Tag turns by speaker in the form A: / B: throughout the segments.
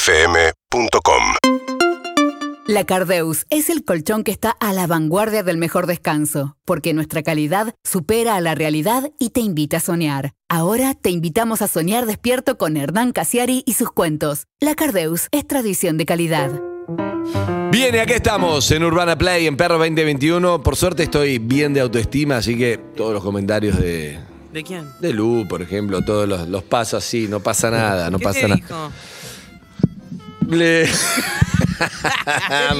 A: UrbanaPlayFM.com
B: La Cardeus es el colchón que está a la vanguardia del mejor descanso, porque nuestra calidad supera a la realidad y te invita a soñar. Ahora te invitamos a soñar despierto con Hernán Casiari y sus cuentos. La Cardeus es tradición de calidad.
C: Bien, y aquí estamos en Urbana Play, en Perro 2021. Por suerte estoy bien de autoestima, así que todos los comentarios de,
D: ¿De quién?
C: de Lu, por ejemplo, todos los, los paso así, no pasa nada, no
D: ¿Qué
C: pasa
D: te
C: nada.
D: dijo?
C: Le-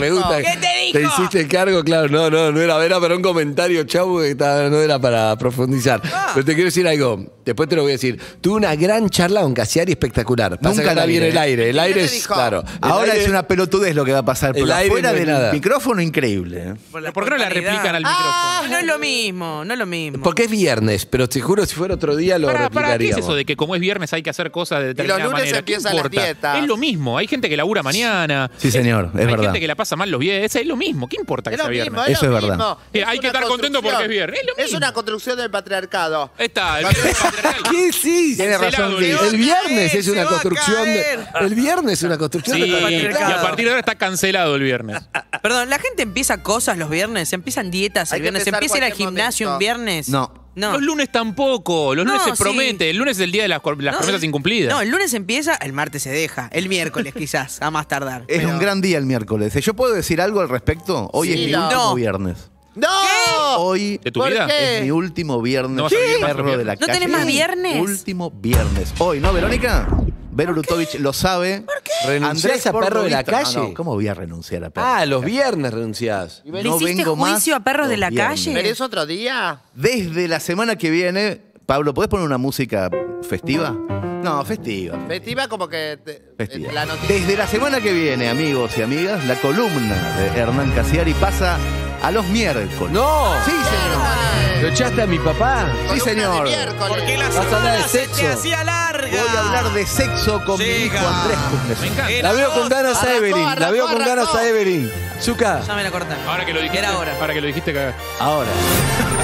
C: Me gusta.
D: ¿Qué te dijo?
C: hiciste cargo, claro. No, no, no era, era para un comentario, chau, que estaba- no era para profundizar. Pero te quiero decir algo, después te lo voy a decir. Tuve una gran charla con Casiari espectacular. Pasa
E: Nunca
C: que ahora
E: la vi,
C: viene
E: ¿eh?
C: el aire. El aire es,
D: dijo?
C: claro. el
E: Ahora
C: aire-
E: es una pelotudez lo que va a pasar,
C: el
E: pero
C: aire
E: afuera
C: no es
E: del
C: nada.
E: micrófono increíble. ¿eh?
D: Por
F: ¿Por qué no la
D: espontaneidad.
F: replican al
D: Ah, no es lo mismo, no es lo mismo.
C: Porque es viernes, pero te juro, si fuera otro día lo
F: ¿Para, ¿Qué es
C: replicaríamos.
F: eso de que como es viernes hay que hacer cosas de determinada
G: lunes
F: manera? ¿Qué
G: empiezan las
F: importa?
G: dietas.
F: Es lo mismo. Hay gente que labura mañana.
E: Sí, señor, es
F: hay
E: verdad.
F: gente que la pasa mal los viernes. Es lo mismo. ¿Qué importa que
G: Es lo
F: sea
G: mismo,
F: viernes?
E: Eso
G: lo
E: es verdad.
G: mismo.
F: Sí, hay
G: una
F: que estar contento
G: construcción.
F: porque es viernes, es lo mismo.
G: una construcción del patriarcado.
F: Ahí Está, el viernes patriarcal.
C: ¿Qué sí?
E: Tiene razón,
F: Luis.
C: El viernes
D: Se
C: es una
D: va a
C: construcción. de-
D: caer.
C: el viernes es una construcción.
F: Sí,
C: de
F: y
C: patriarcado.
F: a partir de ahora está cancelado el viernes.
E: ah,
D: Perdón, la gente empieza cosas los viernes, empiezan dietas
G: Hay
D: el
G: que
D: viernes,
G: empezar
D: empieza a ir al
G: cualquier
D: gimnasio un
G: momento.
D: viernes.
E: No.
D: No.
F: Los lunes tampoco. Los lunes
D: No,
F: se promete.
D: sí.
F: El lunes es el día de las, cor- las
D: No,
F: promesas
D: sí.
F: incumplidas.
D: No, el lunes empieza, el martes se deja. El miércoles quizás, a más tardar.
E: Es un gran día el miércoles. ¿Eh? ¿Yo puedo decir algo al respecto? Hoy
G: Sí,
E: es mi
G: no.
E: último
D: No.
E: viernes.
G: ¡No!
E: Hoy
F: ¿De tu
G: ¿Por
F: vida?
G: qué?
E: es mi último viernes.
F: ¿No vas a vivir más
E: Perro
F: los
E: de la
D: viernes? ¿No tenés
E: calle.
D: más viernes?
E: Último viernes. Hoy, ¿no, Verónica? Vero Lutovich lo sabe. ¿Por qué?
C: ¿Renunciás a Perro de la
E: No,
C: Calle?
E: no, ¿Cómo voy a renunciar a Perro?
C: Ah, los viernes renunciás.
D: ¿Le hiciste juicio a Perros de la Calle?
G: ¿Querés otro día?
E: Desde la semana que viene, Pablo, ¿podés poner una música festiva? No, festiva.
G: Festiva como que... te-
E: Festiva.
G: eh, la noticia.
E: Desde la semana que viene, amigos y amigas, la columna de Hernán Casiari pasa a los miércoles.
C: ¡No!
E: Sí, señor.
C: ¿Lo echaste a mi papá?
E: Sí,
G: Columna de
E: señor.
G: miércoles.
D: Porque la
C: Vas a hablar de
D: semana se te
C: sexo.
D: hacía larga.
E: Voy a hablar de sexo con mi hijo
D: Llega.
E: Andrés Kuznets.
F: Me encanta.
D: Eh,
C: La veo con ganas a
G: Arrancó,
C: Evelyn. La veo
G: arrancó,
C: con ganas a
G: arrancó.
C: Evelyn.
D: Ya
C: Zuka,
D: me la cortaron.
F: Ahora que lo dijiste.
D: Era ahora.
F: Ahora que lo dijiste cagá.
C: ahora.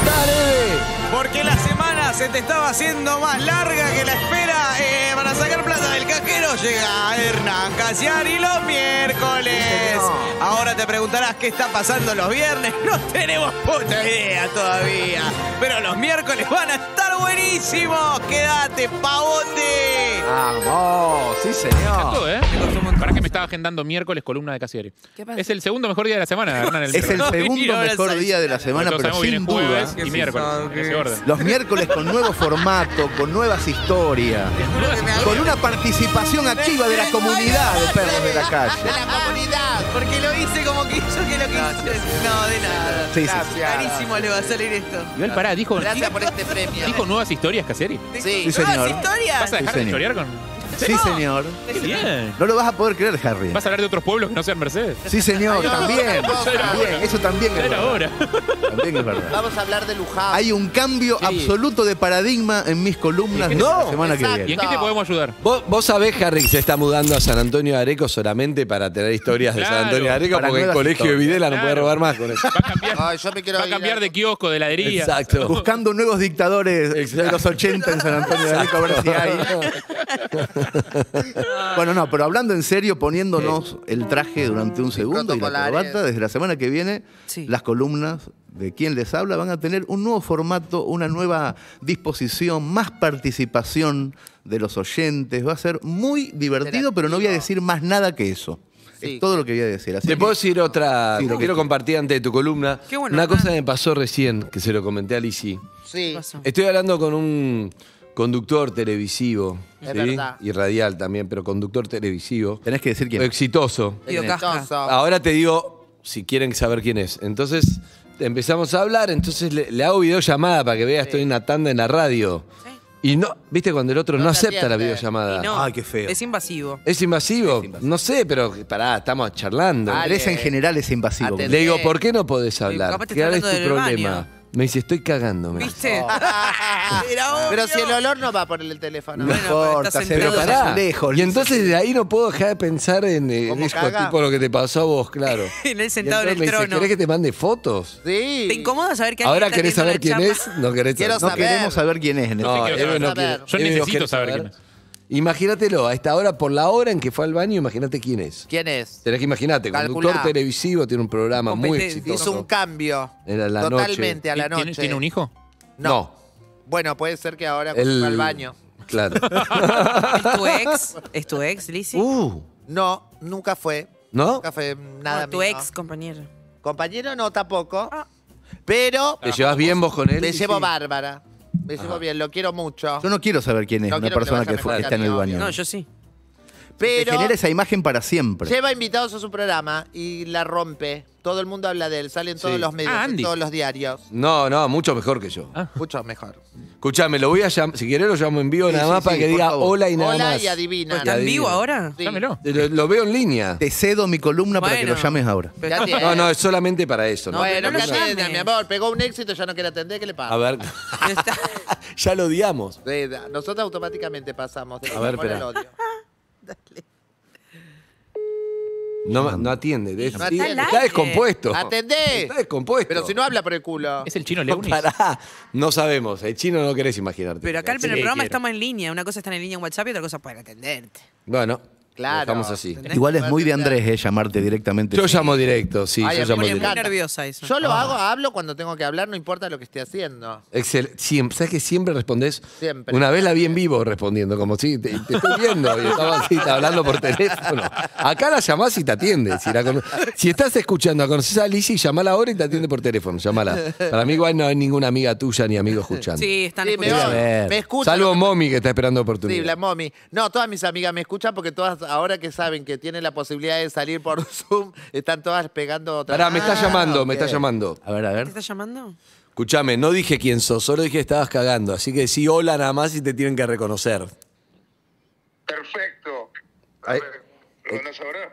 C: ¡Dale!
D: Porque la semana se te estaba haciendo más larga que la espera eh, para sacar plata del cajero. Llega Hernán Casiari los miércoles. Ahora te preguntarás qué está pasando los viernes. No tenemos puta idea todavía. Pero los miércoles van a estar buenísimos. Quédate, pavote.
C: ¡Vamos! ¡Sí,
D: Ah,
C: señor!
F: Todo, ¿eh? Para que me estaba agendando miércoles columna de Casieri. Es el segundo mejor día de la semana, Hernán. El
E: Es el
F: miércoles.
D: y
E: segundo
D: ahora
E: mejor
D: el
E: día de la semana,
F: Todos
E: pero
F: sabemos
E: sin
F: que viene
E: duda.
F: jueves y miércoles. en ese orden.
E: Los miércoles con nuevo formato, con nuevas historias, con una participación activa de la comunidad de Perros de la
G: De
E: Calle.
G: la comunidad.
D: Porque lo hice como quiso que lo quise. No, de nada.
E: Sí, sí, sí.
G: Gracias.
D: Carísimo le va a salir esto.
F: Igual pará, dijo,
G: Gracias por este premio.
F: dijo nuevas historias, Casieri.
G: Sí.
E: Sí, señor.
D: Nuevas historias.
F: ¿Vas a dejar
E: Sí,
F: de
E: señor.
F: historiar con.?
E: Sí, señor.
F: ¡Qué bien!
E: No lo vas a poder creer, Harry.
F: ¿Vas a hablar de otros pueblos que no sean Mercedes?
E: Sí, señor, también. también, Eso también es
F: Era
E: verdad.
F: ahora.
E: También es verdad.
G: Vamos a hablar de Luján.
E: Hay un cambio absoluto de paradigma en mis columnas de
C: No.
E: la semana que
G: Exacto.
F: ¿Y en
E: viene.
F: qué te podemos ayudar?
C: ¿Vos, vos sabés, Harry, que se está mudando a San Antonio de Areco solamente para tener historias de
F: Claro.
C: San Antonio de Areco
E: Para
C: porque el
E: nuevas
C: colegio
E: historias.
C: de Videla no puede
F: Claro.
C: robar más con eso.
F: Va a cambiar,
G: Ay, yo me quiero
F: va a
G: ir
F: cambiar
G: a-
F: de kiosco, de heladería.
C: Exacto.
E: Buscando nuevos dictadores de los 80 en San Antonio de Areco, a ver si hay. Bueno, no, pero hablando en serio, poniéndonos el traje durante un segundo y la
G: protocolares.
E: corbata, desde la semana que viene,
D: Sí.
E: las columnas de quien les habla van a tener un nuevo formato, una nueva disposición, más participación de los oyentes. Va a ser muy divertido, pero no voy a decir más nada que eso.
G: Sí.
E: Es todo lo que voy a decir. Así
C: Te
E: que-
C: puedo decir otra, te
E: Sí, lo que
C: quiero
E: quieras.
C: compartir antes de tu columna.
D: Qué bueno,
C: Una
D: Hernán.
C: cosa que me pasó recién, que se lo comenté a Lizzie.
G: Sí.
C: Estoy hablando con un conductor televisivo
G: Es verdad.
C: y radial también, pero conductor televisivo.
E: Tenés que decir quién es.
C: Exitoso.
D: Tío Casca.
G: Exitoso.
C: Ahora te digo, si quieren saber quién es. Entonces empezamos a hablar, entonces le, le hago videollamada para que vea, estoy en una tanda en la radio. Y no, viste cuando el otro no,
G: No te
C: acepta la
G: atiende.
C: videollamada. Ah,
D: No,
E: Ay, qué feo.
D: Es invasivo.
C: ¿Es invasivo? No sé, pero pará, estamos charlando.
G: Dale.
E: Andrés en general es invasivo.
G: Atendé.
C: Le digo, ¿por qué no podés hablar?
D: capaz te
C: ¿Qué
D: está
C: es tu
D: hablando del
C: problema?
D: baño.
C: Me dice, estoy cagándome.
D: ¿Viste?
H: Ah,
G: Pero si el olor no va por el teléfono.
E: No
D: Bueno, pero
E: importa,
D: estás
E: se
C: Pero
E: ve
D: sentado.
C: pará.
E: más lejos.
C: y entonces de ahí no puedo dejar de pensar en eh,
G: ¿Cómo
C: disco,
G: caga?
C: tipo lo que te pasó a vos, claro.
D: En él
C: Y
D: sentado en
C: entonces
D: el
C: me dice,
D: trono.
C: ¿Querés que te mande fotos?
G: Sí.
D: ¿Te incomoda saber que
C: Ahora
D: alguien
C: querés
D: está
C: saber quién
D: teniendo la
C: es, no querés
G: Quiero
E: No
G: saber.
E: queremos saber quién es. este
C: No,
F: quiero
C: Eve no
G: saber.
C: quiere.
F: Yo
C: Eve no
F: necesito
C: quiere
F: saber quién es.
C: Imagínatelo, a esta hora, por la hora en que fue al baño, imagínate quién es.
G: ¿Quién es?
C: Tenés que imaginarte, conductor
G: Calculá.
C: televisivo, tiene un programa muy
D: Competencia.
C: exitoso.
G: Hizo un cambio.
C: Era la noche.
G: totalmente a la
F: ¿Tiene-
G: noche.
F: ¿Tiene un hijo?
C: No.
G: Bueno, puede ser que ahora cuando
C: El-
G: fue al baño.
C: Claro.
H: ¿Es tu ex? ¿Es tu ex, Lizzy?
C: Uh,
G: No, nunca fue.
C: ¿no?
G: Nunca fue nada.
H: No, tu
G: mío.
H: ex, compañero.
G: Compañero no, tampoco.
H: Ah.
G: Pero
C: ¿Te llevas bien vos con él?
G: me
C: Sí,
G: llevo
C: sí.
G: bárbara. Me llevo bien, lo quiero mucho.
E: Yo no quiero saber quién es
G: No
E: una
G: quiero que
E: persona
G: le
E: que,
G: vaya
E: fue-
G: mejor
E: que está en
G: que a
E: el
G: mí,
E: baño.
H: No, yo sí.
E: Te
G: pero
E: genera esa imagen para siempre.
G: lleva invitados a su programa y la rompe. Todo el mundo habla de él, sale en todos
C: Sí.
G: los medios,
F: Ah,
G: en
F: Andy.
G: todos los diarios.
C: No, no, mucho mejor que yo.
F: Ah.
G: Mucho mejor.
C: Escuchame, lo voy a llamar. Si querés, lo llamo en vivo
E: Sí,
C: nada
E: sí,
C: más para
E: sí,
C: que
E: por
C: diga
E: favor.
C: hola y nada
G: Hola
C: más.
G: y adivina.
C: Ya
H: Pues ¿Está en vivo
C: digo.
H: ahora?
G: Sí.
F: Dámelo.
C: Lo, lo veo en línea.
E: Te cedo mi columna para que lo
H: Bueno.
E: llames ahora.
G: Ya tiene.
C: No, no, es solamente para eso. ¿no?
G: bueno,
H: no
G: que
H: lo llames.
G: atienda, mi amor. Pegó un éxito, ya no quiere atender, ¿qué le pasa?
C: A ver. ya lo odiamos.
G: Sí, da- Nosotros automáticamente pasamos del
C: A ver,
G: amor al
C: espera.
G: odio.
C: No, no atiende. es-
G: No atiende.
C: Está, descompuesto.
G: Atendé.
C: Está descompuesto.
G: Pero si no habla por el culo.
F: ¿Es el chino
C: No,
F: Leonis?
C: pará. No sabemos. El chino no querés imaginarte.
H: Pero acá en el
F: Sí,
H: programa
F: quiero.
H: estamos en línea. Una cosa está en línea en WhatsApp y otra cosa pueden atenderte.
C: Bueno,
G: Claro.
C: estamos así.
G: ¿Entendés?
E: Igual es
G: Puede
E: muy de
G: atender.
E: Andrés eh, llamarte directamente.
C: Yo llamo directo, sí,
G: Ay,
C: yo
G: a mí
C: llamo
G: me
H: Pone muy
C: directo. Ah.
G: encanta.
H: nerviosa eso.
G: Yo lo hago, hablo cuando tengo que hablar, no importa lo que esté haciendo.
C: Excel, siempre, ¿sabes que siempre respondés?
G: Siempre.
C: Una vez la vi en vivo respondiendo, como si te, te estoy viendo y estaba así, estaba hablando por teléfono. Acá la llamás y te atiende. Si, la cono- si estás escuchando, conoces a Lizzy, llamala ahora y te atiende por teléfono. Llamala. Para mí, igual no hay ninguna amiga tuya ni amigo escuchando.
H: Sí, están
G: Sí, me
C: Debe
G: va.
H: escuchando.
C: haber.
G: me escucha lo
C: Salvo
G: que-
C: Momi que está esperando oportunidad.
G: Sí, la mommy. No, todas mis amigas me escuchan porque todas, ahora que saben que tienen la posibilidad de salir por Zoom, están todas pegando otra
C: Pará, me está
G: Ah,
C: llamando, me
G: ok.
C: está llamando.
E: A ver, a
H: ¿Te
E: ver.
H: está llamando?
C: Escuchame, no dije quién sos, solo dije que estabas cagando. Así que sí, hola nada más y te tienen que reconocer.
I: Perfecto. A
C: Ay.
I: ver, ¿lo van a saber?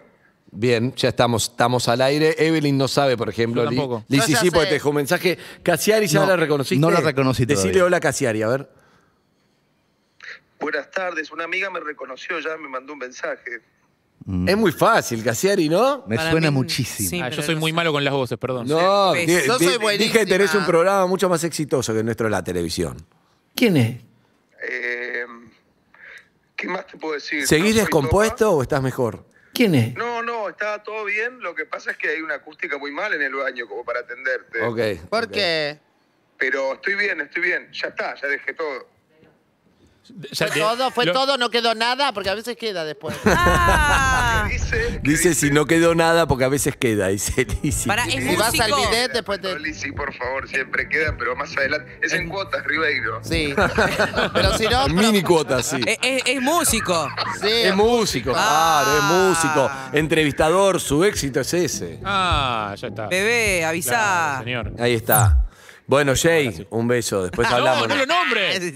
C: Bien, ya estamos, estamos al aire. Evelyn no sabe, por ejemplo.
F: Yo tampoco.
C: Li-
G: Yo
C: Lizzy
G: ya
C: sí, porque
G: sé.
C: te dejó un mensaje. Casiari, ¿ya
E: No,
C: la reconociste?
E: no la reconocí
C: Decirle
E: todavía.
C: hola Casiari, a ver.
I: Buenas tardes. Una amiga me reconoció ya, me mandó un mensaje.
E: Mm.
C: Es muy fácil, Casiari, ¿no?
E: Me
H: Para
E: suena
H: mí,
E: muchísimo.
H: sí.
F: Ah, yo
H: pero
F: soy
H: no
F: muy
H: sé.
F: malo con las voces, perdón.
H: Yo
C: No, di-
G: soy
C: di- dije
G: buenísima.
C: que tenés un programa mucho más exitoso que el nuestro de la televisión. ¿Quién es?
I: Eh, ¿Qué más te puedo decir? No
C: ¿Seguís
I: soy
C: descompuesto o estás mejor? ¿Quién es?
I: topa. No, no, estaba todo bien. Lo que pasa es que hay una acústica muy mal en el baño como para atenderte.
C: Ok.
G: ¿Por
C: ok.
G: qué?
I: Pero estoy bien, estoy bien. Ya está, ya dejé todo.
F: Ya-
G: ¿Fue todo? ¿Fue
F: lo-
G: todo? ¿No quedó nada? Porque a veces queda después.
H: Ah,
I: Dice, que
C: Dice si no quedó nada porque a veces queda, dice Lizzy.
H: Pará, es
G: Si vas al
H: músico.
G: bidet después
I: No,
G: te...
I: Lizzy, por favor, siempre queda, pero más adelante. Es
C: Eh.
I: en cuotas, Ribeiro.
G: Sí. Pero Eh, si no...
C: Mini cuota, sí.
H: Es, es- es músico.
G: Sí.
C: Es músico,
G: ah.
C: claro, es músico. Entrevistador, su éxito es ese.
F: Ah, ya está.
H: Bebé,
F: Claro,
H: avisá.
F: señor.
C: Ahí está. Bueno, Jay, un beso. Después hablamos.
F: Ah, No,
H: Sí,
F: no lo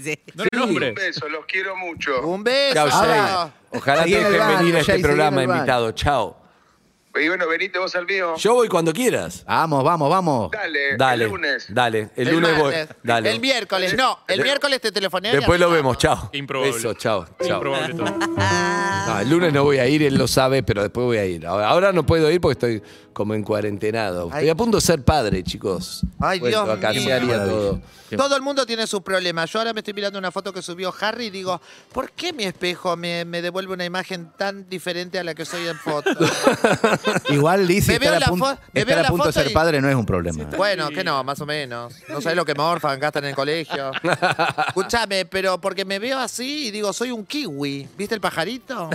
H: sí,
F: nombre.
H: sí.
F: No lo nombre.
I: Un beso, los quiero mucho.
G: Un beso.
C: Chao, Jay.
G: Ah,
C: Ojalá
E: Seguí
C: te
E: en el
C: dejen
E: baño,
C: venir a este
E: Jay, seguí
C: programa
E: en el baño.
C: invitado. Chao.
I: Y bueno, venite vos al mío.
C: Yo voy cuando quieras.
E: Vamos, vamos, vamos.
I: Dale,
C: Dale.
I: Eh, el lunes.
C: Dale. El, lunes voy.
G: martes.
C: Dale.
G: El miércoles, no. El miércoles te telefoneo. y
C: Después lo vemos.
G: hablamos.
C: Chao.
F: Improbable.
C: Beso. Chao. Chao.
F: Improbable todo.
C: No, el lunes no voy a ir, él lo sabe, pero después voy a ir. Ahora, ahora no puedo ir porque estoy como en cuarentenado. Estoy
G: Ay.
C: a punto de ser padre, chicos.
G: Ay,
C: Vuelto
G: Dios
C: acá,
G: mío.
C: se haría todo.
G: Todo el mundo tiene sus problemas. Yo ahora me estoy mirando una foto que subió Harry y digo, ¿por qué mi espejo me, me devuelve una imagen tan diferente a la que soy en foto?
E: Igual Lizzy
G: Me veo
E: estar
G: la
E: a punto,
G: fo- me
E: estar
G: veo
E: a
G: la
E: punto de
G: foto
E: ser
G: y-
E: padre no es un problema.
G: bueno, que no, más o menos. No sabés lo que morfan, gastan en el colegio. Escúchame, pero porque me veo así y digo, soy un kiwi. ¿Viste el pajarito?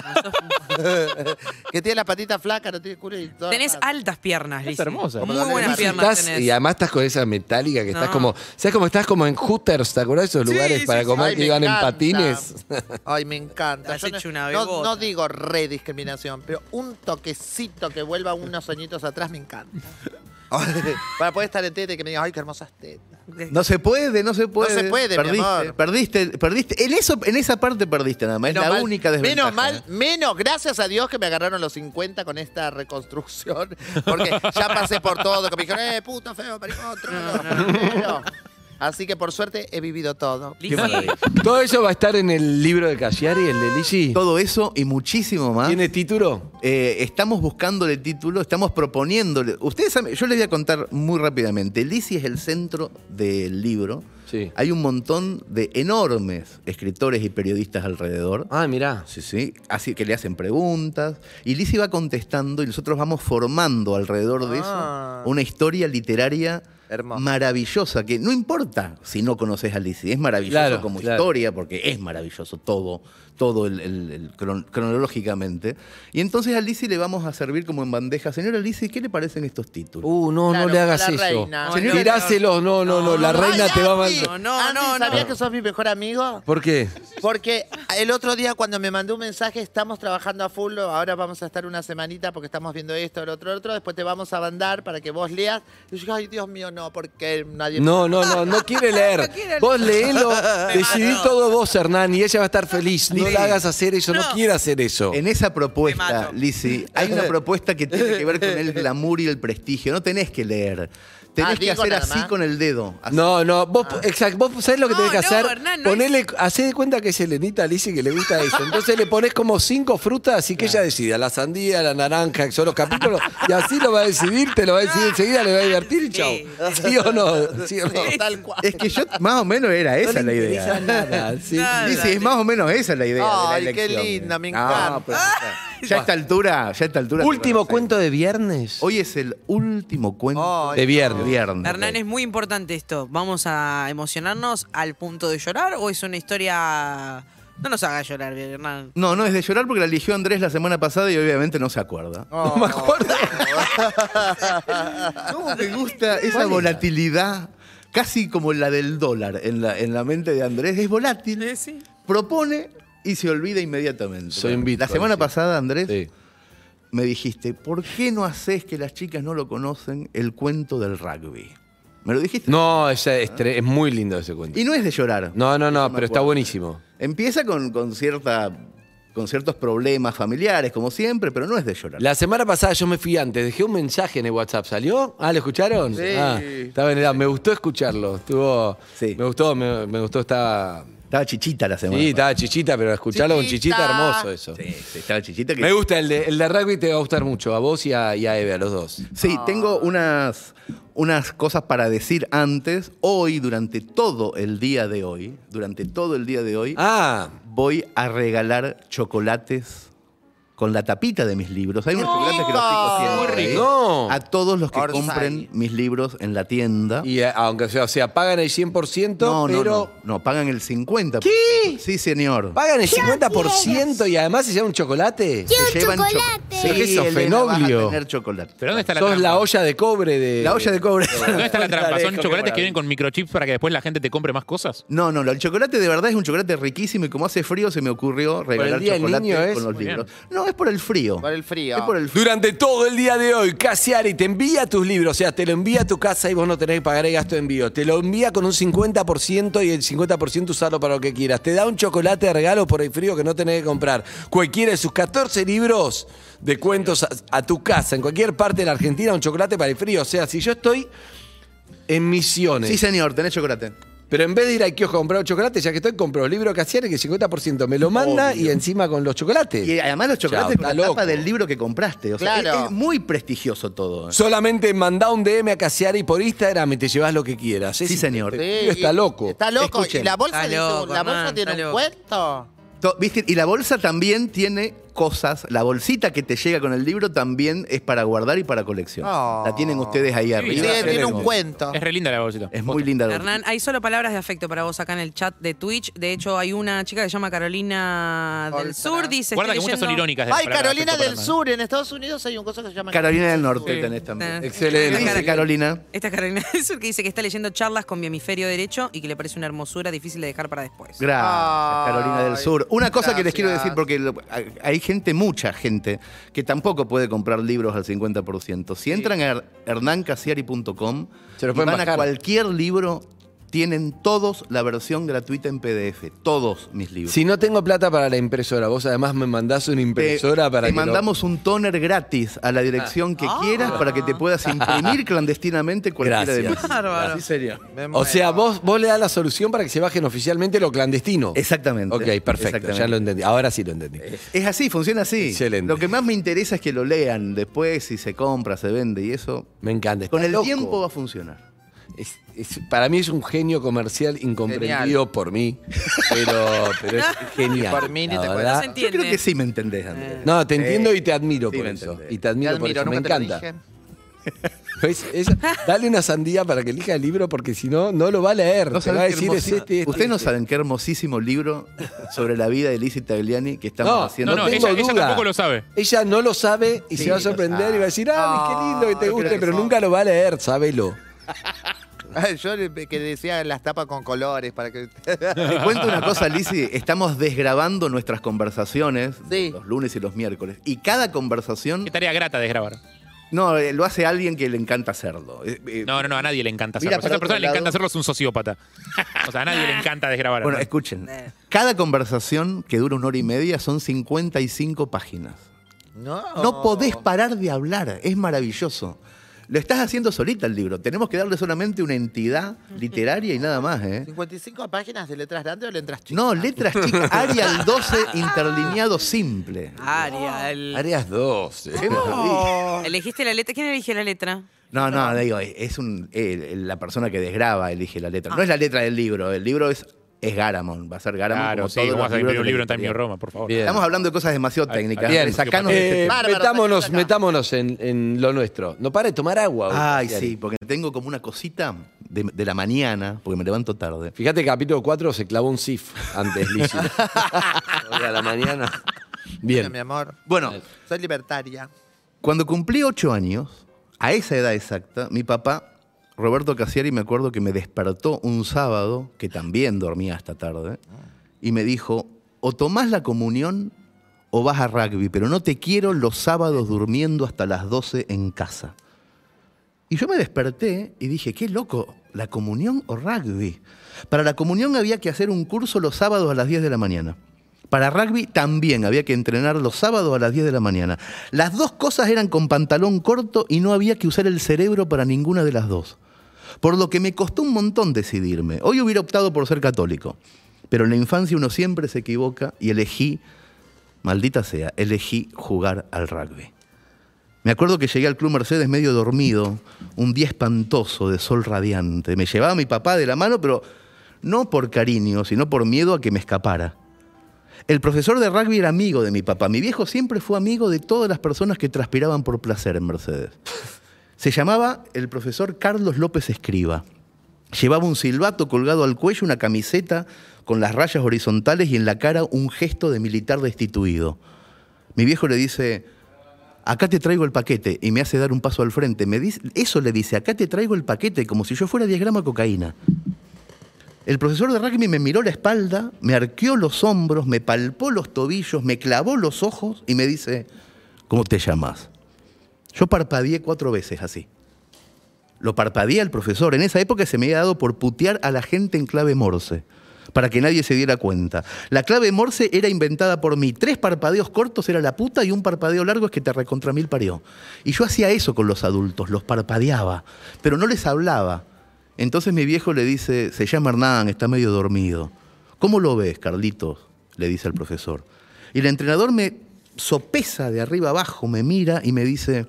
G: que tiene las patitas flacas, no tiene culo y todo.
H: Tenés altas piernas, Liz.
F: Está hermosa.
H: Muy buenas
C: Sí,
H: piernas
C: estás-
H: tenés.
C: y además estás con esa metálica que estás
H: No.
C: como. ¿Sabes cómo estás como en Hooters? ¿Te acuerdas de esos lugares para comer
G: Ay,
C: que
G: me
C: iban en
G: encanta.
C: patines?
G: Ay, me encanta.
H: Has
G: Yo no-
H: hecho una
G: no,
H: bebota.
G: no digo rediscriminación, pero un toquecito que vuelva unos añitos atrás me encanta. Para poder estar en teta y que me digan, ay, qué hermosas tetas.
E: No se puede, no se puede.
G: se puede, mi
E: perdiste,
G: amor.
E: perdiste, perdiste. En, eso, en esa parte perdiste nada más. es la
G: mal-
E: única desventaja.
C: ¿eh?
G: Menos mal, menos, gracias a Dios que me agarraron los 50 con esta reconstrucción. Porque ya pasé por todo, que me dijeron, eh, puto, feo, maricón, trolo, feo. Así que por suerte he vivido todo.
H: Lizzy,
C: Todo eso va a estar en el libro de Cassiari, el de Lisi.
E: ¿eh? Todo eso y muchísimo
G: ¿ah?
E: más.
C: ¿Tiene título?
E: Eh, estamos buscándole título, estamos proponiéndole. Ustedes saben, yo les voy a contar muy rápidamente. Lisi es el centro del libro.
C: Sí.
E: Hay un montón de enormes escritores y periodistas alrededor.
C: Ah, mirá.
E: Sí, sí. Así que le hacen preguntas. Y Lizzie va contestando y nosotros vamos formando alrededor de
G: Ah.
E: eso una historia literaria
G: Hermoso.
E: maravillosa. Que no importa si no conoces a Lizzie, es maravilloso
C: Claro,
E: como
C: claro.
E: historia, porque es maravilloso todo, todo el, el- el cron- cronológicamente. Y entonces a Lizzie le vamos a servir como en bandeja. Señora Lizzie, ¿qué le parecen estos títulos?
C: Uh, no,
G: Claro,
C: no le hagas
G: la
C: eso.
G: reina.
H: Señor-
C: Tiráselo, no, no, no, la
H: No,
C: reina
G: Ay,
C: te va a
G: Andy,
C: mandar.
H: No,
G: Andy,
H: no, no.
G: ¿Sabías que sos mi mejor amigo?
C: ¿Por qué?
G: Porque el otro día cuando me mandó un mensaje, estamos trabajando a full, ahora vamos a estar una semanita porque estamos viendo esto, el otro, el otro, después te vamos a mandar para que vos leas. Y yo dije, ay, Dios mío, no, porque nadie...
C: No, no, no, no quiere leer.
H: quiere
C: Vos leelo, decidí
H: mato.
C: todo vos, Hernán, y ella va a estar feliz. No
E: Sí.
C: la hagas hacer eso, no,
H: No.
C: quiere hacer eso.
E: En esa
H: Me
E: propuesta,
H: mato.
E: Lizzie, hay una propuesta que tiene que ver con el glamour y el prestigio. No tenés que leer. Tenés
G: Ah,
E: que
G: digo
E: hacer
G: nada
E: así
G: más.
E: con el dedo. Así.
C: No, no, vos, exacto, vos sabés lo que
H: No,
C: tenés que
H: no,
C: hacer.
H: Hernán, no
C: Ponele, hacé de cuenta que es Elenita Alicia que le gusta eso. Entonces le pones como cinco frutas y que ella decida, la sandía, la naranja, que son los capítulos, y así lo va a decidir, te lo va a decidir enseguida, le va a divertir y chau.
H: Sí.
C: ¿Sí o no? ¿Sí o no?
G: Tal cual.
E: Es que yo, más o menos era esa la idea.
C: Nada, sí.
H: Nada.
E: Dice, es más o menos esa la idea.
G: Ay,
E: de la
G: qué
E: elección.
G: linda, me
E: No,
G: encanta.
E: pues, ya a esta altura, ya a esta altura.
C: Último
E: te conocen.
C: cuento de viernes.
E: Hoy es el último cuento
G: Ay,
C: De
E: de
C: viernes.
E: viernes.
H: Hernán, es muy importante esto. ¿Vamos a emocionarnos al punto de llorar o es una historia... No nos haga llorar, Hernán.
E: No, no es de llorar porque la eligió Andrés la semana pasada y obviamente no se acuerda.
C: No me acuerdo.
E: ¿Cómo me gusta esa volatilidad? Casi como la del dólar en la, en la mente de Andrés. Es volátil, propone y se olvida inmediatamente.
C: Soy un
E: la
C: Bitcoin,
E: semana
C: sí.
E: pasada, Andrés,
C: Sí.
E: me dijiste, ¿por qué no haces que las chicas no lo conocen el cuento del rugby? Me lo dijiste.
C: No, es, es tre- es muy lindo ese cuento.
E: Y no es de llorar.
C: No, no,
E: Yo
C: no,
E: me
C: pero está
E: acuerdo.
C: buenísimo.
E: Empieza con, con cierta con ciertos problemas familiares, como siempre, pero no es de llorar.
C: La semana pasada yo me fui antes, dejé un mensaje en el WhatsApp, ¿salió? Ah, ¿lo escucharon?
G: Sí.
C: Ah, estaba en edad, me gustó escucharlo, estuvo,
E: Sí.
C: me gustó, me, me gustó, estaba,
E: Estaba chichita la semana.
C: sí,
E: pasada.
C: estaba chichita, pero escucharlo con chichita,
G: Chichita.
C: hermoso eso.
E: Sí, sí, estaba chichita. que-
C: Me gusta, el de, el de rugby te va a gustar mucho, a vos y a, y a Eve, a los dos.
E: Sí, tengo unas, unas cosas para decir antes. Hoy, durante todo el día de hoy, durante todo el día de hoy,
C: Ah,
E: voy a regalar chocolates con la tapita de mis libros. Hay unos
G: ¡Qué
E: chocolates que los
G: rico!
E: chicos tienen.
G: ¡Muy
E: ¿eh?
C: rico!
E: A todos los que
G: Orsay.
E: compren mis libros en la tienda.
C: y eh, aunque sea, o sea, pagan el 100%,
E: No, no,
C: pero
E: no, no, pagan el 50%.
C: ¿Qué?
E: Sí, señor.
C: pagan el 50% y además se llevan un chocolate.
E: Se llevan chocolate.
C: Pero que eso, fenoglio. eh,
E: tener chocolate.
F: ¿Pero dónde está la
C: Sos
F: trampa?
C: la olla de cobre de...
E: La olla de cobre.
F: ¿Dónde está la trampa? ¿Son
C: Qué
F: chocolates que
C: maravilla.
F: vienen con microchips para que después la gente te compre más cosas?
E: No, no, no, el chocolate de verdad es un chocolate riquísimo y como hace frío se me ocurrió regalar
C: día del
E: chocolate
C: niño es?
E: con los
F: Muy
E: libros. No, es por el frío.
G: Por el frío.
E: Es por el frío.
C: Durante todo el día de hoy, Casiari te envía tus libros, o sea, te lo envía a tu casa y vos no tenés que pagar el gasto de envío. Te lo envía con un 50% y el 50% usarlo para lo que quieras. Te da un chocolate de regalo por el frío que no tenés que comprar. Cualquiera de sus 14 libros de cuentos a, a tu casa, en cualquier parte de la Argentina, un chocolate para el frío. O sea, si yo estoy en misiones.
E: Sí, señor, tenés chocolate.
C: Pero en vez de ir al kiosco a comprar un chocolate, ya que estoy, compro el libro de Casiari que 50% me lo manda y encima con los chocolates.
E: Y además los chocolates
C: Chao,
E: con la
C: está
E: tapa
C: loco.
E: del libro que compraste. O sea,
G: Claro.
E: es, es muy prestigioso todo. ¿eh?
C: Solamente mandá un DM a Casiari por Instagram y te llevas lo que quieras.
E: Sí, señor.
C: este
G: Sí,
C: tío está
G: y-
C: loco.
G: Está loco.
E: Escuchen.
G: ¿Y la bolsa,
H: Está
G: dice un-
H: loco,
G: la bolsa
H: man,
G: tiene
H: está
G: un
H: loco.
G: cuento?
E: To- ¿Viste? Y la bolsa también tiene cosas. La bolsita que te llega con el libro también es para guardar y para colección.
G: Oh.
E: La tienen ustedes ahí
G: Sí,
E: arriba.
G: tiene un
E: Excelente.
G: cuento.
F: Es re linda la bolsita.
E: Es muy linda la
H: Hernán, hay solo palabras de afecto para vos acá en el chat de Twitch. De hecho, hay una chica que se llama Carolina del
G: Olsara.
H: Sur. Dice,
F: Guarda que
H: estoy
F: muchas son
H: leyendo-
F: irónicas. de las
G: Ay,
F: palabras
G: Carolina
F: que
G: del
F: tocan, ¿eh?
G: Sur. En Estados Unidos hay un cosa que se llama
E: Carolina del Norte
G: Sí.
E: tenés también.
H: Eh,
E: ¿Qué dice
H: Carolina.
E: Carolina?
H: Esta es Carolina del Sur que dice que está leyendo charlas con mi hemisferio derecho y que le parece una hermosura difícil de dejar para después.
E: Gracias,
G: Ay,
E: Carolina del Sur. Una cosa que les quiero decir,
G: gracias.
E: porque lo- hay- hay gente, mucha gente, que tampoco puede comprar libros al 50%. Si entran a her- hernancasiari.com,
C: Se los
E: y
C: pueden
E: van a
C: bajar.
E: cualquier libro, Tienen todos la versión gratuita en PDF, todos mis libros.
C: Si no tengo plata para la impresora, vos además me mandás una impresora
E: te,
C: para
E: te
C: que lo- Ah.
E: mandamos un toner gratis a la dirección que quieras para que te puedas imprimir clandestinamente cualquiera de mis.
C: Gracias.
H: Bárbaro.
G: Me
C: O
G: muero.
C: sea, vos, vos le das la solución para que se bajen oficialmente lo clandestino.
E: Exactamente.
C: Ok, perfecto, ya
E: Exactamente.
C: lo entendí. Ahora sí lo entendí.
G: Eh,
E: Es así, funciona así.
C: Excelente.
E: Lo que más me interesa es que lo lean después, si se compra, se vende y eso.
C: Me encanta.
E: Con
C: está
E: el
C: loco.
E: tiempo va a funcionar.
C: Es- es- para mí es un genio comercial incomprendido
G: Genial.
C: por mí, pero, pero es genial.
G: Por mí ni
C: la
G: te cuento.
C: verdad.
H: No se
E: Yo
H: entiende.
E: creo que sí me entendés, Andrés.
C: No, te entiendo
E: Eh,
C: y te admiro
E: sí,
C: por
E: me
C: eso.
E: entendés.
C: Y te admiro,
G: Te admiro,
C: por eso, me
G: nunca te lo
C: encanta.
G: dije.
C: ¿Ves? Esa- dale una sandía para que elija el libro porque si no, no lo va a leer.
E: No
C: te
E: saben
C: va a
E: qué
C: decir es
E: hermosi-
C: este, este,
E: Ustedes no
C: este.
E: saben qué hermosísimo libro sobre la vida de Lizzie Tagliani que estamos
C: No,
E: haciendo.
F: No, no, ella,
C: tengo
F: ella
C: duda.
F: tampoco lo sabe.
C: Ella no lo sabe y
E: Sí,
C: se va a
E: lo
C: sorprender
E: sabe.
C: y va a decir, ah,
G: No,
C: qué lindo que te
G: yo
C: guste,
G: creo que
C: pero
G: no.
C: nunca lo va a leer, sábelo.
G: Yo le- que decía las tapas con colores para que.
E: Te cuento una cosa, Lizzy. Estamos desgrabando nuestras conversaciones de
G: Sí.
E: los lunes y los miércoles. Y cada conversación.
F: Qué tarea grata de grabar.
E: No, eh, lo hace alguien que le encanta hacerlo. Eh, eh,
F: No, no, no, a nadie le encanta hacerlo.
E: Mira
F: Si a
E: para
F: esa
E: otro
F: persona le
E: lado.
F: encanta hacerlo, es un sociópata. O sea, a nadie le encanta desgrabar.
E: Bueno,
F: ¿no?
E: escuchen.
H: Eh.
E: Cada conversación que dura una hora y media son 55 páginas.
G: No.
E: No
F: Oh.
E: podés parar de hablar. Es maravilloso. Lo estás haciendo solita el libro. Tenemos que darle solamente una entidad literaria y nada más, ¿eh?
G: 55 páginas de letras grandes o letras chicas.
E: No, letras chicas. Arial 12, interlineado simple.
F: Ah.
H: Arial.
C: Áreas 12.
E: Qué maravilla.
H: ¿Elegiste la letra? ¿Quién eligió la letra?
E: No, no, digo, es es un, eh, la persona que desgraba elige la letra. No es la letra del libro, el libro es, es Garamond, va a ser Garamond.
F: Claro,
E: como
F: sí,
E: todos los
F: vamos a
E: libros
F: imprimir
E: de
F: un
E: la
F: libro en Time
E: editorial.
F: in Roma, por favor.
C: Bien.
E: Estamos hablando de cosas demasiado
F: Ay,
E: técnicas.
C: bien.
E: Andrés, sacanos de este
C: Eh,
E: tema.
G: Bárbaro,
C: metámonos
G: sacate acá.
C: metámonos en, en lo nuestro. No para de tomar agua. hoy,
E: Ay,
C: Casiari.
E: sí, porque tengo como una cosita de, de la mañana, porque me levanto tarde.
C: Fíjate que capítulo 4 se clavó un sif antes, Lizzy. Hoy a la mañana.
G: Bueno, mi
C: Bien.
G: amor.
E: Bueno,
G: Soy libertaria.
E: Cuando cumplí ocho años, a esa edad exacta, mi papá, Roberto Casiari, me acuerdo que me despertó un sábado, que también dormía hasta tarde, y me dijo, o tomás la comunión o vas a rugby, pero no te quiero los sábados durmiendo hasta las 12 en casa. Y yo me desperté y dije, qué loco, la comunión o rugby. Para la comunión había que hacer un curso los sábados a las 10 de la mañana. Para rugby también había que entrenar los sábados a las 10 de la mañana. Las dos cosas eran con pantalón corto y no había que usar el cerebro para ninguna de las dos. Por lo que me costó un montón decidirme. Hoy hubiera optado por ser católico. Pero en la infancia uno siempre se equivoca y elegí, maldita sea, elegí jugar al rugby. Me acuerdo que llegué al Club Mercedes medio dormido, un día espantoso de sol radiante. Me llevaba mi papá de la mano, pero no por cariño, sino por miedo a que me escapara. El profesor de rugby era amigo de mi papá. Mi viejo siempre fue amigo de todas las personas que transpiraban por placer en Mercedes. Se llamaba el profesor Carlos López Escriba. Llevaba un silbato colgado al cuello, una camiseta con las rayas horizontales y en la cara un gesto de militar destituido. Mi viejo le dice, acá te traigo el paquete, y me hace dar un paso al frente. Me dice, eso le dice, acá te traigo el paquete, como si yo fuera 10 gramos de cocaína. El profesor de rugby me miró la espalda, me arqueó los hombros, me palpó los tobillos, me clavó los ojos y me dice, ¿cómo te llamas? Yo parpadeé cuatro veces así. Lo parpadeé al profesor. En esa época se me había dado por putear a la gente en clave morse, para que nadie se diera cuenta. La clave morse era inventada por mí. Tres parpadeos cortos era la puta y un parpadeo largo es que te recontra mil parió. Y yo hacía eso con los adultos, los parpadeaba, pero no les hablaba. Entonces mi viejo le dice, se llama Hernán, está medio dormido. ¿Cómo lo ves, Carlitos? Le dice al profesor. Y el entrenador me sopesa de arriba abajo, me mira y me dice,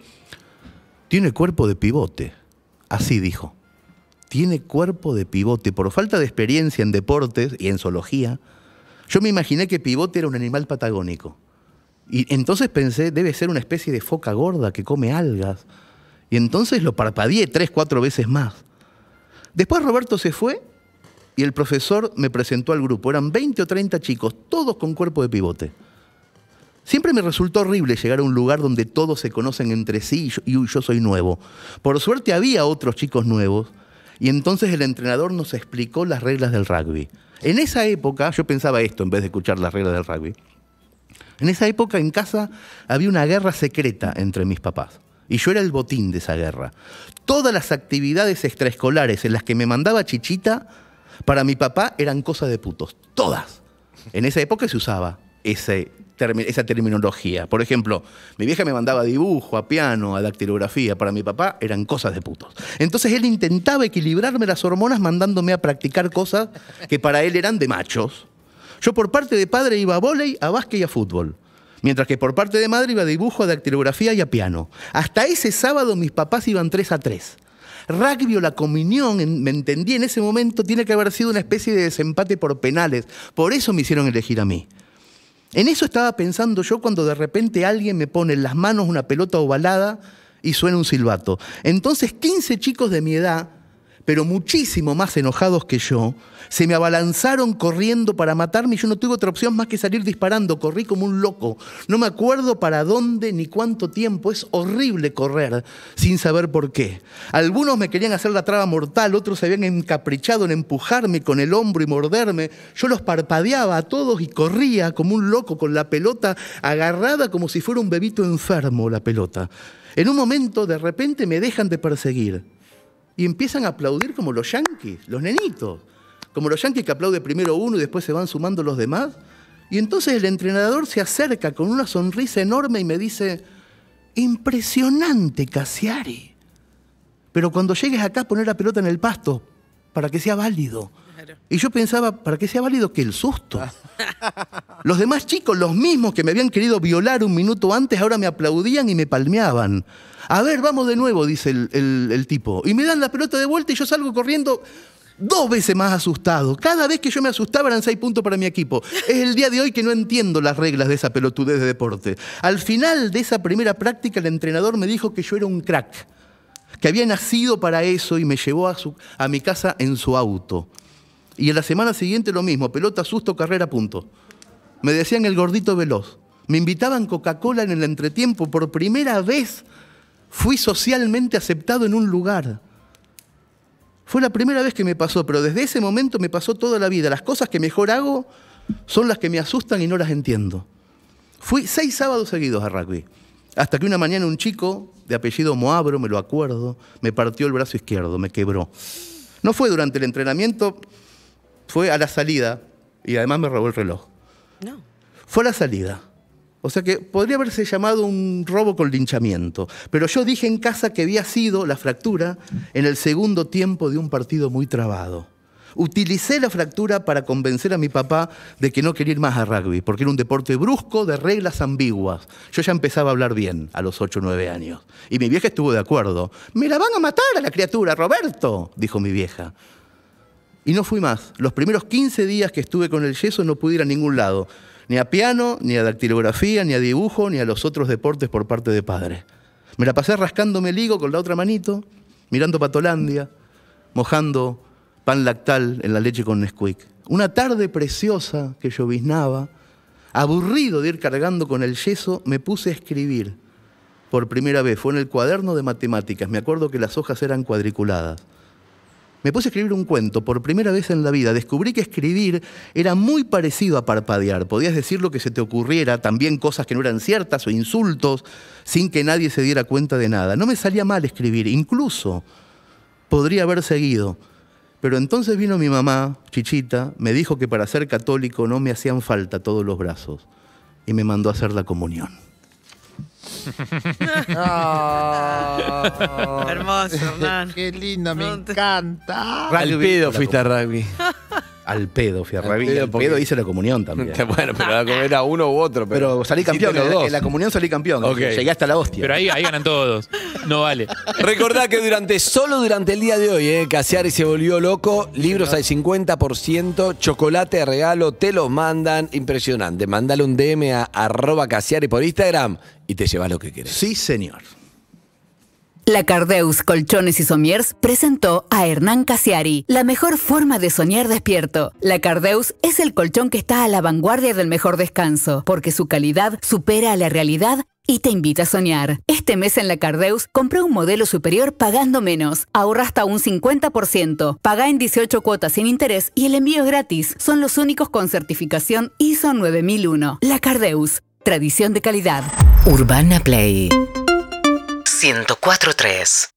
E: tiene cuerpo de pivote. Así dijo. Tiene cuerpo de pivote. Por falta de experiencia en deportes y en zoología, yo me imaginé que pivote era un animal patagónico. Y entonces pensé, debe ser una especie de foca gorda que come algas. Y entonces lo parpadeé tres, cuatro veces más. Después Roberto se fue y el profesor me presentó al grupo. Eran 20 o 30 chicos, todos con cuerpo de pivote. Siempre me resultó horrible llegar a un lugar donde todos se conocen entre sí y yo, y yo soy nuevo. Por suerte había otros chicos nuevos y entonces el entrenador nos explicó las reglas del rugby. En esa época yo pensaba esto en vez de escuchar las reglas del rugby. En esa época en casa había una guerra secreta entre mis papás. Y yo era el botín de esa guerra. Todas las actividades extraescolares en las que me mandaba Chichita Para mi papá eran cosas de putos, todas. En esa época se usaba ese termi- esa terminología. Por ejemplo, mi vieja me mandaba a dibujo, a piano, a dactilografía. Para mi papá eran cosas de putos. Entonces él intentaba equilibrarme las hormonas mandándome a practicar cosas que para él eran de machos. Yo por parte de padre iba a vóley, a básquet y a fútbol. Mientras que por parte de madre iba a dibujo, a dactilografía y a piano. Hasta ese sábado mis papás iban 3 a 3. Rugby o la comunión, en- me entendí en ese momento, tiene que haber sido una especie de desempate por penales. Por eso me hicieron elegir a mí. En eso estaba pensando yo cuando de repente alguien me pone en las manos una pelota ovalada y suena un silbato. Entonces 15 chicos de mi edad, pero muchísimo más enojados que yo, se me abalanzaron corriendo para matarme y yo no tuve otra opción más que salir disparando. Corrí como un loco. No me acuerdo para dónde ni cuánto tiempo. Es horrible correr sin saber por qué. Algunos me querían hacer la traba mortal, otros se habían encaprichado en empujarme con el hombro y morderme. Yo los parpadeaba a todos y corría como un loco con la pelota agarrada como si fuera un bebito enfermo la pelota. En un momento, de repente, me dejan de perseguir y empiezan a aplaudir como los yanquis, los nenitos. Como los yanquis que aplaude primero uno y después se van sumando los demás. Y entonces el entrenador se acerca con una sonrisa enorme y me dice, impresionante, Casiari. Pero cuando llegues acá, poner la pelota en el pasto para que sea válido. Y yo pensaba, ¿para que sea válido que el susto? Los demás chicos, los mismos que me habían querido violar un minuto antes, ahora me aplaudían y me palmeaban. A ver, vamos de nuevo, dice el, el- el tipo. Y me dan la pelota de vuelta y yo salgo corriendo dos veces más asustado. Cada vez que yo me asustaba eran seis puntos para mi equipo. Es el día de hoy que no entiendo las reglas de esa pelotudez de deporte. Al final de esa primera práctica, el entrenador me dijo que yo era un crack que había nacido para eso y me llevó a, su- a mi casa en su auto. Y en la semana siguiente lo mismo, pelota, susto, carrera, punto. Me decían el gordito veloz. Me invitaban Coca-Cola en el entretiempo. Por primera vez fui socialmente aceptado en un lugar. Fue la primera vez que me pasó, pero desde ese momento me pasó toda la vida. Las cosas que mejor hago son las que me asustan y no las entiendo. Fui seis sábados seguidos a rugby. Hasta que una mañana un chico de apellido Moabro, me lo acuerdo, me partió el brazo izquierdo, me quebró. No fue durante el entrenamiento, fue a la salida y además me robó el reloj.
H: No.
E: Fue a la salida. O sea que podría haberse llamado un robo con linchamiento. Pero yo dije en casa que había sido la fractura en el segundo tiempo de un partido muy trabado. Utilicé la fractura para convencer a mi papá de que no quería ir más a rugby, porque era un deporte brusco de reglas ambiguas. Yo ya empezaba a hablar bien a los 8 o 9 años. Y mi vieja estuvo de acuerdo. Me la van a matar a la criatura, Roberto, dijo mi vieja. Y no fui más. Los primeros 15 días que estuve con el yeso no pude ir a ningún lado. Ni a piano, ni a dactilografía, ni a dibujo, ni a los otros deportes por parte de padre. Me la pasé rascándome el higo con la otra manito, mirando Patolandia, mojando pan lactal en la leche con Nesquik. Una tarde preciosa que lloviznaba, aburrido de ir cargando con el yeso, me puse a escribir. Por primera vez, fue en el cuaderno de matemáticas. Me acuerdo que las hojas eran cuadriculadas. Me puse a escribir un cuento por primera vez en la vida. Descubrí que escribir era muy parecido a parpadear. Podías decir lo que se te ocurriera, también cosas que no eran ciertas o insultos, sin que nadie se diera cuenta de nada. No me salía mal escribir, incluso podría haber seguido. Pero entonces vino mi mamá, chichita, me dijo que para ser católico no me hacían falta todos los brazos y me mandó a hacer la comunión.
G: Ah,
H: Hermoso, Hernán.
G: qué lindo, me
H: No te-
G: encanta.
C: Al pedo fuiste a rugby.
E: Al pedo, fui a rugby,
C: pedo,
E: y al
C: porque-
E: pedo hice la comunión también.
C: Bueno, pero era uno u otro. Pero,
E: Pero salí campeón,
C: Hiciste
E: en
C: los
E: la,
C: dos.
E: en la comunión salí campeón.
C: Ok.
E: Llegué hasta la hostia.
F: Pero ahí, ahí ganan todos. No vale.
C: Recordá que durante, solo durante el día de hoy, eh, Casiari se volvió loco. Libros al 50%, chocolate de regalo, te los mandan. Impresionante. Mandale un DM a arroba Casiari por Instagram y te llevas lo que querés.
E: Sí, señor.
B: La Cardeus Colchones y Somiers presentó a Hernán Casiari, la mejor forma de soñar despierto. La Cardeus es el colchón que está a la vanguardia del mejor descanso, porque su calidad supera a la realidad y te invita a soñar. Este mes en La Cardeus compré un modelo superior pagando menos. Ahorra hasta un 50%. Paga en 18 cuotas sin interés y el envío es gratis. Son los únicos con certificación ISO 9001. La Cardeus, tradición de calidad.
J: Urbana Play 104.3